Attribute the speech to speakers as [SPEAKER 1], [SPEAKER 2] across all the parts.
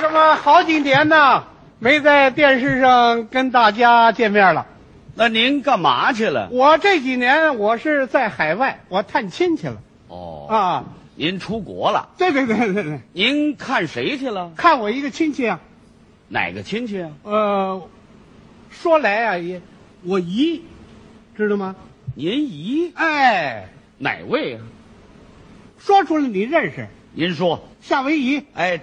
[SPEAKER 1] 这么好几年呢，没在电视上跟大家见面了。
[SPEAKER 2] 那您干嘛去了？
[SPEAKER 1] 我这几年我是在海外，我探亲去了
[SPEAKER 2] 哦，
[SPEAKER 1] 啊。
[SPEAKER 2] 您出国了？
[SPEAKER 1] 对对对对对，
[SPEAKER 2] 您看谁去了？
[SPEAKER 1] 看我一个亲戚啊，
[SPEAKER 2] 哪个亲戚啊？
[SPEAKER 1] 呃，说来啊也，我姨，知道吗？
[SPEAKER 2] 您姨
[SPEAKER 1] 哎，
[SPEAKER 2] 哪位啊？
[SPEAKER 1] 说出来你认识
[SPEAKER 2] 您说，
[SPEAKER 1] 夏威夷？
[SPEAKER 2] 哎，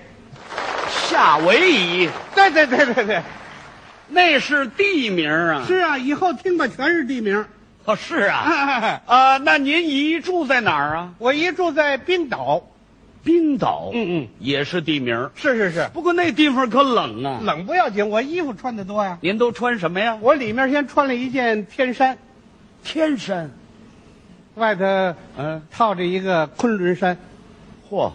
[SPEAKER 2] 夏威夷
[SPEAKER 1] 对对对对对，
[SPEAKER 2] 那是地名啊？
[SPEAKER 1] 是啊，以后听吧全是地名。
[SPEAKER 2] 哦，是啊。
[SPEAKER 1] 哎，
[SPEAKER 2] 啊，那您姨住在哪儿啊？
[SPEAKER 1] 我姨住在冰岛，
[SPEAKER 2] 冰岛，
[SPEAKER 1] 嗯嗯，
[SPEAKER 2] 也是地名。
[SPEAKER 1] 是是是，
[SPEAKER 2] 不过那地方可冷啊。
[SPEAKER 1] 冷不要紧，我衣服穿的多呀、
[SPEAKER 2] 您都穿什么呀？
[SPEAKER 1] 我里面先穿了一件天衫，
[SPEAKER 2] 天山。
[SPEAKER 1] 外头
[SPEAKER 2] 嗯，
[SPEAKER 1] 套着一个昆仑山，
[SPEAKER 2] 嚯，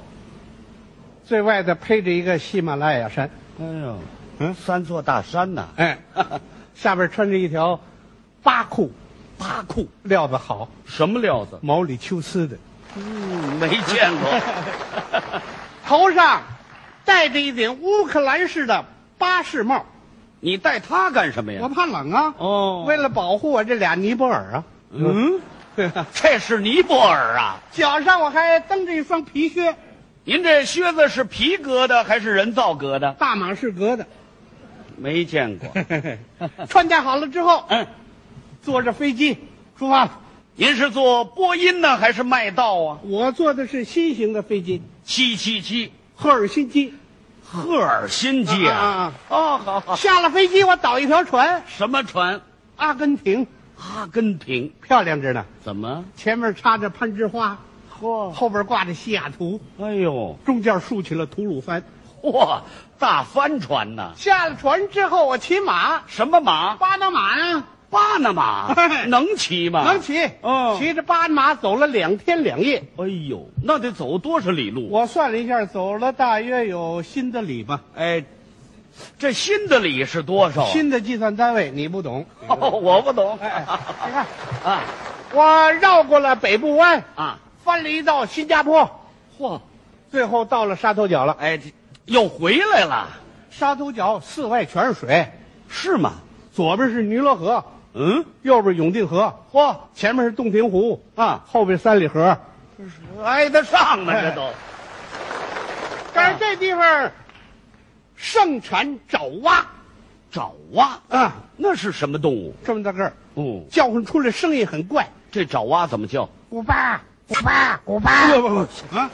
[SPEAKER 1] 最外头披着一个喜马拉雅山，
[SPEAKER 2] 哎呦，嗯，三座大山呐、
[SPEAKER 1] 哎， 下边穿着一条巴裤，
[SPEAKER 2] 八库
[SPEAKER 1] 料子好，
[SPEAKER 2] 什么料子？
[SPEAKER 1] 毛里求斯的，
[SPEAKER 2] 嗯，没见 过。
[SPEAKER 1] 头上戴着一顶乌克兰式的巴士帽，
[SPEAKER 2] 你带它干什么
[SPEAKER 1] 我
[SPEAKER 2] 哎呀？
[SPEAKER 1] 怕冷啊，
[SPEAKER 2] 哦
[SPEAKER 1] 为了保护我这俩尼泊尔啊，
[SPEAKER 2] 嗯，这是尼泊尔啊！
[SPEAKER 1] 脚上我还蹬着一双皮靴，
[SPEAKER 2] 您这靴子是皮革的还是人造革的？
[SPEAKER 1] 大马士革 的。
[SPEAKER 2] 没 见过。
[SPEAKER 1] 穿戴好了之后，
[SPEAKER 2] 嗯，
[SPEAKER 1] 坐着飞机出发了。
[SPEAKER 2] 您是坐波音呢还是麦道啊？
[SPEAKER 1] 我坐的是新型的飞机，
[SPEAKER 2] 七七七，
[SPEAKER 1] 赫尔辛基。
[SPEAKER 2] 赫尔辛基啊！哦，好好。
[SPEAKER 1] 下了飞机，我倒一条船，
[SPEAKER 2] 什么船？
[SPEAKER 1] 阿根廷，
[SPEAKER 2] 阿根廷？
[SPEAKER 1] 漂亮着呢。
[SPEAKER 2] 怎么？
[SPEAKER 1] 前面插着攀枝花，
[SPEAKER 2] 嚯！
[SPEAKER 1] 后边挂着西雅图，
[SPEAKER 2] 哎呦，
[SPEAKER 1] 中间竖起了吐鲁番。
[SPEAKER 2] 嚯！大帆船呐！
[SPEAKER 1] 下了船之后，我骑马，
[SPEAKER 2] 什么马？
[SPEAKER 1] 巴拿马呀、
[SPEAKER 2] 巴拿马
[SPEAKER 1] 哎
[SPEAKER 2] 能骑吗？
[SPEAKER 1] 能。骑。
[SPEAKER 2] 哦
[SPEAKER 1] 骑着巴拿马走了两天两夜，
[SPEAKER 2] 哎呦，那得走多少里路？
[SPEAKER 1] 我算了一下，走了大约有新的里吧。
[SPEAKER 2] 哎，这新的里是多少啊？
[SPEAKER 1] 新的计算单位你不懂，
[SPEAKER 2] 哦，我不懂。
[SPEAKER 1] 哎哎你看
[SPEAKER 2] 啊
[SPEAKER 1] 我绕过了北部湾，
[SPEAKER 2] 啊，
[SPEAKER 1] 翻了一道新加坡，
[SPEAKER 2] 嚯！
[SPEAKER 1] 最后到了沙头角了。
[SPEAKER 2] 哎，这又回来了，
[SPEAKER 1] 沙头角四外全是水，
[SPEAKER 2] 是吗？
[SPEAKER 1] 左边是尼罗河，
[SPEAKER 2] 嗯，
[SPEAKER 1] 右边永定河，
[SPEAKER 2] 嚯
[SPEAKER 1] 前面是洞庭湖，
[SPEAKER 2] 啊，
[SPEAKER 1] 后边三里河。
[SPEAKER 2] 挨得上呢，
[SPEAKER 1] 哎
[SPEAKER 2] 这都。
[SPEAKER 1] 但是这地方盛产爪哇
[SPEAKER 2] 爪哇，
[SPEAKER 1] 啊，
[SPEAKER 2] 那是什么动物？
[SPEAKER 1] 这么大个儿，
[SPEAKER 2] 哦，
[SPEAKER 1] 叫唤出来声音很怪，
[SPEAKER 2] 这爪哇怎么叫？
[SPEAKER 1] 古巴古巴古巴。
[SPEAKER 2] 不不
[SPEAKER 1] 啊！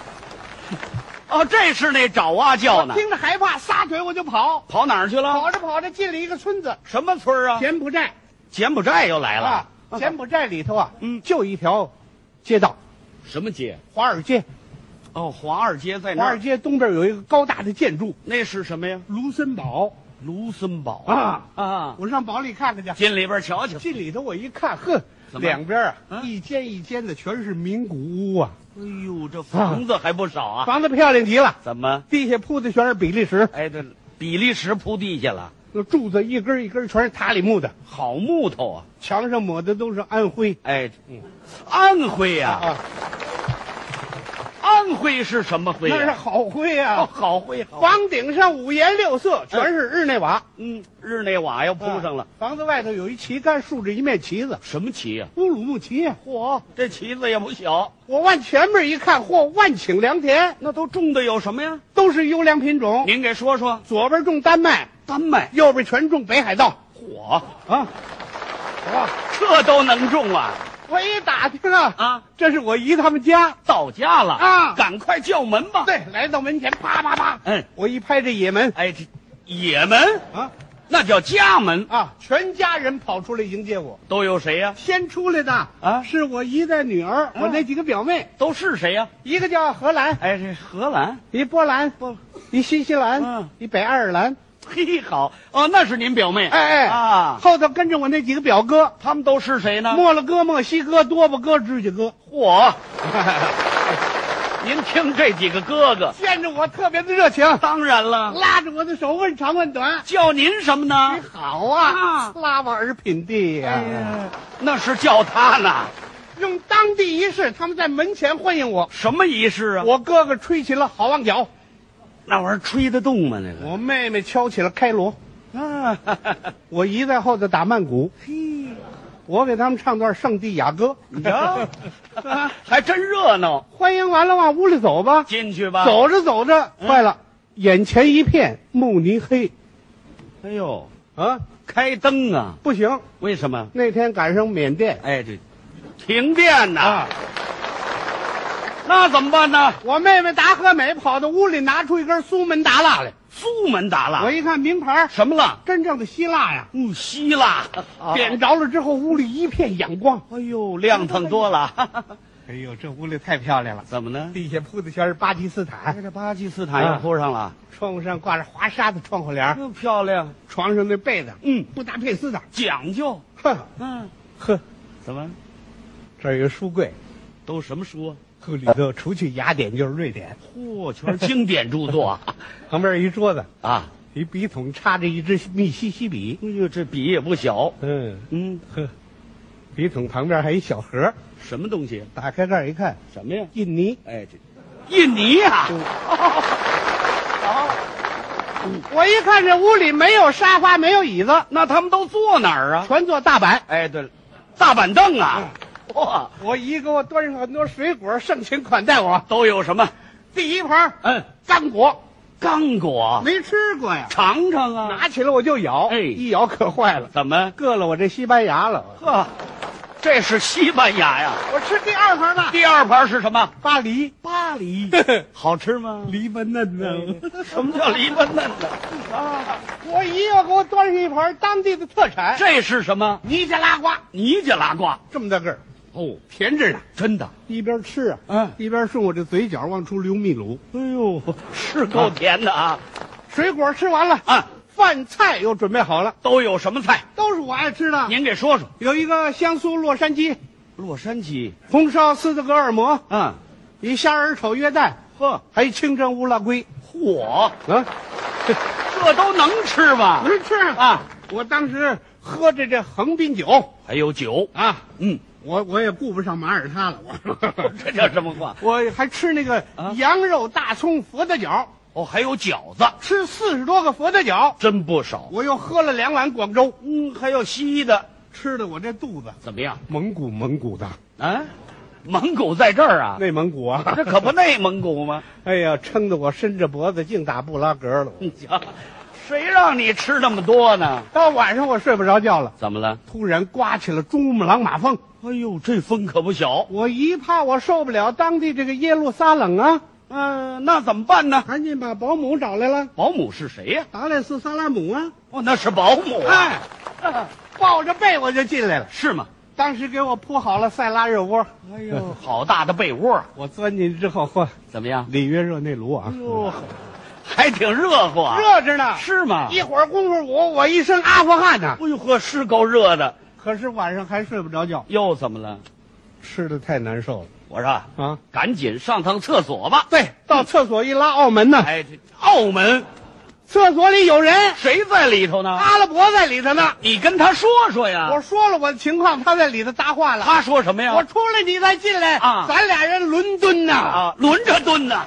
[SPEAKER 2] 哦，这是那爪哇叫呢
[SPEAKER 1] 我。听着害怕，撒腿我就跑，
[SPEAKER 2] 啊跑哪儿去了？
[SPEAKER 1] 跑着跑着进了一个村子，
[SPEAKER 2] 什么村儿啊？
[SPEAKER 1] 柬埔寨
[SPEAKER 2] 柬埔寨又来
[SPEAKER 1] 啊
[SPEAKER 2] 了。，
[SPEAKER 1] 柬埔寨里头啊，
[SPEAKER 2] 嗯
[SPEAKER 1] 就一条街道，
[SPEAKER 2] 什么街？
[SPEAKER 1] 华尔街。
[SPEAKER 2] 哦，华尔街在那
[SPEAKER 1] 华尔
[SPEAKER 2] 儿。
[SPEAKER 1] 街东边有一个高大的建筑
[SPEAKER 2] 那是什么呀？
[SPEAKER 1] 卢森堡
[SPEAKER 2] 卢森堡
[SPEAKER 1] 啊，
[SPEAKER 2] 啊，
[SPEAKER 1] 我上堡里看看去。
[SPEAKER 2] 进里边瞧瞧。
[SPEAKER 1] 进里头我一看，呵，
[SPEAKER 2] 怎么
[SPEAKER 1] 两边啊
[SPEAKER 2] 啊
[SPEAKER 1] 一间一间的全是名古屋啊，
[SPEAKER 2] 哎呦，这房子还不少啊！
[SPEAKER 1] 房子漂亮极了，
[SPEAKER 2] 怎么？
[SPEAKER 1] 地下铺的全是比利时，
[SPEAKER 2] 哎，这比利时铺地下了，
[SPEAKER 1] 柱子一根一根全是塔里木的，
[SPEAKER 2] 好木头啊！
[SPEAKER 1] 墙上抹的都是安徽
[SPEAKER 2] 哎，安徽呀、
[SPEAKER 1] 啊，
[SPEAKER 2] 安徽是什么徽
[SPEAKER 1] 那是
[SPEAKER 2] 呀、
[SPEAKER 1] 好灰
[SPEAKER 2] 哦，
[SPEAKER 1] 啊。
[SPEAKER 2] 好徽好。
[SPEAKER 1] 房顶上五颜六色，全是日内瓦，
[SPEAKER 2] 嗯，日内瓦要铺上了，
[SPEAKER 1] 啊。房子外头有一旗杆，竖着一面旗子，
[SPEAKER 2] 什么旗呀、
[SPEAKER 1] 乌鲁木齐呀。嚯！
[SPEAKER 2] 这旗子也不小，
[SPEAKER 1] 我往前面一看，嚯，万顷良田，
[SPEAKER 2] 那都种的有什么呀？
[SPEAKER 1] 都是优良品种。
[SPEAKER 2] 您给说说。
[SPEAKER 1] 左边种丹麦，
[SPEAKER 2] 丹麦，
[SPEAKER 1] 右边全种北海道
[SPEAKER 2] 嚯，
[SPEAKER 1] 啊！哇！
[SPEAKER 2] 这都能种啊！
[SPEAKER 1] 我一打听啊，
[SPEAKER 2] 啊，
[SPEAKER 1] 这是我姨他们家。
[SPEAKER 2] 到家了
[SPEAKER 1] 啊
[SPEAKER 2] 赶快叫门吧。
[SPEAKER 1] 对，来到门前，啪啪啪，
[SPEAKER 2] 嗯，
[SPEAKER 1] 我一拍这野门
[SPEAKER 2] 哎，这也门
[SPEAKER 1] 啊
[SPEAKER 2] 那叫家门，
[SPEAKER 1] 啊，全家人跑出来迎接我。
[SPEAKER 2] 都有谁呀、
[SPEAKER 1] 先出来的
[SPEAKER 2] 啊
[SPEAKER 1] 是我姨的女儿，我那几个表妹，
[SPEAKER 2] 都是谁呀、
[SPEAKER 1] 一个叫荷兰，
[SPEAKER 2] 哎，这荷兰，
[SPEAKER 1] 一波兰，一新西兰
[SPEAKER 2] 嗯，
[SPEAKER 1] 一北爱尔兰。
[SPEAKER 2] 嘿，好哦，那是您表妹，
[SPEAKER 1] 哎哎
[SPEAKER 2] 啊，
[SPEAKER 1] 后头跟着我那几个表哥，
[SPEAKER 2] 他们都是谁呢？
[SPEAKER 1] 墨了哥、墨西哥、多巴哥、指甲哥。
[SPEAKER 2] 嚯！ 您听这几个哥哥，
[SPEAKER 1] 见着我特别的热情，
[SPEAKER 2] 当然了，
[SPEAKER 1] 拉着我的手问长问短。
[SPEAKER 2] 叫您什么
[SPEAKER 1] 你
[SPEAKER 2] 呢？
[SPEAKER 1] 好啊
[SPEAKER 2] 啊，哎
[SPEAKER 1] 拉瓦尔品地呀、
[SPEAKER 2] 那是叫他呢。
[SPEAKER 1] 用当地仪式，他们在门前欢迎我。
[SPEAKER 2] 什么仪式啊？
[SPEAKER 1] 我哥哥吹起了好望角，
[SPEAKER 2] 那玩意儿吹得动吗？那个
[SPEAKER 1] 我妹妹敲起了开锣，
[SPEAKER 2] 啊，哈哈哈
[SPEAKER 1] 我姨在后头打曼谷，
[SPEAKER 2] 嘿，
[SPEAKER 1] 我给他们唱段《圣地亚哥
[SPEAKER 2] 你瞧，》啊， 还真热闹，
[SPEAKER 1] 欢迎完了，往屋里走吧。
[SPEAKER 2] 进去吧。，
[SPEAKER 1] 走着走着，
[SPEAKER 2] 嗯
[SPEAKER 1] 坏了，眼前一片慕尼黑
[SPEAKER 2] 哎呦，
[SPEAKER 1] 啊，
[SPEAKER 2] 开灯啊？
[SPEAKER 1] 不行，
[SPEAKER 2] 为什么？
[SPEAKER 1] 那天赶上缅甸
[SPEAKER 2] 哎，这停电呐、
[SPEAKER 1] 啊，
[SPEAKER 2] 那怎么办呢？
[SPEAKER 1] 我妹妹达和美跑到屋里拿出一根苏门答腊来，
[SPEAKER 2] 苏门答
[SPEAKER 1] 我
[SPEAKER 2] 腊，
[SPEAKER 1] 一看名牌，
[SPEAKER 2] 什么了？
[SPEAKER 1] 真正的希腊呀，
[SPEAKER 2] 嗯，希腊，
[SPEAKER 1] 点
[SPEAKER 2] 点着，
[SPEAKER 1] 着了之后，屋里一片阳光。
[SPEAKER 2] 哎呦，亮堂多了。 哈哈哈
[SPEAKER 1] 哎呦，这屋里太漂亮了，
[SPEAKER 2] 怎么呢？啊
[SPEAKER 1] 地下铺的全是巴基斯坦，
[SPEAKER 2] 哎这巴基斯坦也铺上了，
[SPEAKER 1] 窗户上挂着华沙的窗户帘儿，
[SPEAKER 2] 又漂亮，
[SPEAKER 1] 床上那被子，
[SPEAKER 2] 嗯，
[SPEAKER 1] 布达佩斯的，
[SPEAKER 2] 讲究，
[SPEAKER 1] 哼
[SPEAKER 2] 嗯，
[SPEAKER 1] 呵，
[SPEAKER 2] 怎么
[SPEAKER 1] 这儿有个书柜，
[SPEAKER 2] 都什么书啊？
[SPEAKER 1] 这里头除去雅典就是瑞典，
[SPEAKER 2] 嚯，全是经典著作
[SPEAKER 1] 旁边一桌子，
[SPEAKER 2] 啊！
[SPEAKER 1] 一笔筒插着一支密西西比，
[SPEAKER 2] 哎呦，这笔也不小，
[SPEAKER 1] 嗯，
[SPEAKER 2] 嗯，
[SPEAKER 1] 呵，笔筒旁边还一小盒，
[SPEAKER 2] 什么东西？
[SPEAKER 1] 打开盖儿一看，
[SPEAKER 2] 什么呀？
[SPEAKER 1] 印尼。
[SPEAKER 2] 哎，这印尼 啊，
[SPEAKER 1] 嗯
[SPEAKER 2] 哦，
[SPEAKER 1] 我一看这屋里没有沙发，没有椅子，
[SPEAKER 2] 那他们都坐哪儿啊？
[SPEAKER 1] 全坐大板。
[SPEAKER 2] 哎，对了，大板凳啊，哇，
[SPEAKER 1] 我姨给我端上很多水果，盛情款待我。
[SPEAKER 2] 都有什么？
[SPEAKER 1] 第一盘
[SPEAKER 2] 嗯，
[SPEAKER 1] 干果，
[SPEAKER 2] 刚果，
[SPEAKER 1] 没吃过呀，
[SPEAKER 2] 尝尝啊，
[SPEAKER 1] 拿起来我就咬，
[SPEAKER 2] 哎
[SPEAKER 1] 一咬可坏了，
[SPEAKER 2] 怎么？
[SPEAKER 1] 硌了我这西班牙了。
[SPEAKER 2] 呵，这是西班牙呀。
[SPEAKER 1] 我吃第二盘吧，
[SPEAKER 2] 第二盘是什 么？
[SPEAKER 1] 巴黎，哎
[SPEAKER 2] 巴黎好吃吗？
[SPEAKER 1] 梨巴嫩呢。
[SPEAKER 2] 什么叫黎巴嫩呢？
[SPEAKER 1] 啊，我姨要给我端上一盘当地的特产，
[SPEAKER 2] 这是什么？
[SPEAKER 1] 尼加拉瓜，
[SPEAKER 2] 尼加拉瓜
[SPEAKER 1] 这么大个儿，
[SPEAKER 2] 哦，
[SPEAKER 1] 甜着呢。
[SPEAKER 2] 真的。
[SPEAKER 1] 一边吃啊，
[SPEAKER 2] 嗯
[SPEAKER 1] 一边顺我这嘴角往出流秘鲁。
[SPEAKER 2] 哎呦，是够甜的啊！
[SPEAKER 1] 水果吃完了，
[SPEAKER 2] 啊，
[SPEAKER 1] 饭菜又准备好了，
[SPEAKER 2] 都有什么菜？
[SPEAKER 1] 都是我爱吃的。
[SPEAKER 2] 您给说说。
[SPEAKER 1] 有一个香酥洛杉矶，
[SPEAKER 2] 洛杉矶
[SPEAKER 1] 红烧斯德哥尔摩，
[SPEAKER 2] 啊，
[SPEAKER 1] 一虾仁炒约旦，
[SPEAKER 2] 呵，
[SPEAKER 1] 还有清蒸乌拉圭
[SPEAKER 2] 嚯，
[SPEAKER 1] 啊，
[SPEAKER 2] 这都能吃吗
[SPEAKER 1] 不？是吃啊！
[SPEAKER 2] 啊，
[SPEAKER 1] 我当时喝着这横滨酒
[SPEAKER 2] 还有酒，
[SPEAKER 1] 啊，
[SPEAKER 2] 嗯，
[SPEAKER 1] 我我也顾不上马耳他了，我
[SPEAKER 2] 这叫什么话？
[SPEAKER 1] 我还吃那个
[SPEAKER 2] 啊
[SPEAKER 1] 羊肉大葱佛跳脚，
[SPEAKER 2] 哦，还有饺子，
[SPEAKER 1] 吃四十多个佛跳脚，
[SPEAKER 2] 真不少。
[SPEAKER 1] 我又喝了两碗广州，
[SPEAKER 2] 嗯，还有西医的，
[SPEAKER 1] 吃的我这肚子
[SPEAKER 2] 怎么样？
[SPEAKER 1] 蒙古蒙古的，
[SPEAKER 2] 啊，蒙古在这儿 啊？
[SPEAKER 1] 内蒙古啊，
[SPEAKER 2] 这可不内蒙古吗？
[SPEAKER 1] 哎呀，撑得我伸着脖子净打布拉格了。
[SPEAKER 2] 你瞧，谁让你吃那么多呢？
[SPEAKER 1] 到晚上我睡不着觉了。
[SPEAKER 2] 怎么了？
[SPEAKER 1] 突然刮起了珠穆朗玛峰，
[SPEAKER 2] 哎呦，这风可不小。
[SPEAKER 1] 我一怕我受不了当地这个耶路撒冷啊，
[SPEAKER 2] 嗯、那怎么办呢？
[SPEAKER 1] 赶紧把保姆找来了，
[SPEAKER 2] 保姆是谁呀、
[SPEAKER 1] 达赖斯萨拉姆啊，
[SPEAKER 2] 哦，那是保姆啊。
[SPEAKER 1] 哎，抱着被我就进来了。
[SPEAKER 2] 是吗？
[SPEAKER 1] 当时给我铺好了塞拉热窝，
[SPEAKER 2] 哎呦，好大的被窝啊，
[SPEAKER 1] 我钻进去之后，嚯，
[SPEAKER 2] 怎么样？
[SPEAKER 1] 里约热内卢啊，
[SPEAKER 2] 哟，还挺热乎啊。
[SPEAKER 1] 热着呢。
[SPEAKER 2] 是吗？
[SPEAKER 1] 一会儿功夫我我一身阿富汗呢，
[SPEAKER 2] 哎呦呵，是够热的。
[SPEAKER 1] 可是晚上还睡不着觉，
[SPEAKER 2] 又怎么了？
[SPEAKER 1] 吃的太难受了
[SPEAKER 2] 我说，
[SPEAKER 1] 啊。
[SPEAKER 2] 赶紧上趟厕所吧。
[SPEAKER 1] 对，到厕所一拉，澳门呢，
[SPEAKER 2] 哎，这澳门
[SPEAKER 1] 厕所里有人，
[SPEAKER 2] 谁在里头呢？
[SPEAKER 1] 阿拉伯在里头呢。
[SPEAKER 2] 你跟他说说呀。
[SPEAKER 1] 我说了我的情况，他在里头搭话了。
[SPEAKER 2] 他说什么呀？
[SPEAKER 1] 我出来，你再进来
[SPEAKER 2] 哎啊
[SPEAKER 1] 咱俩人伦敦呐。
[SPEAKER 2] 啊，轮着蹲呢。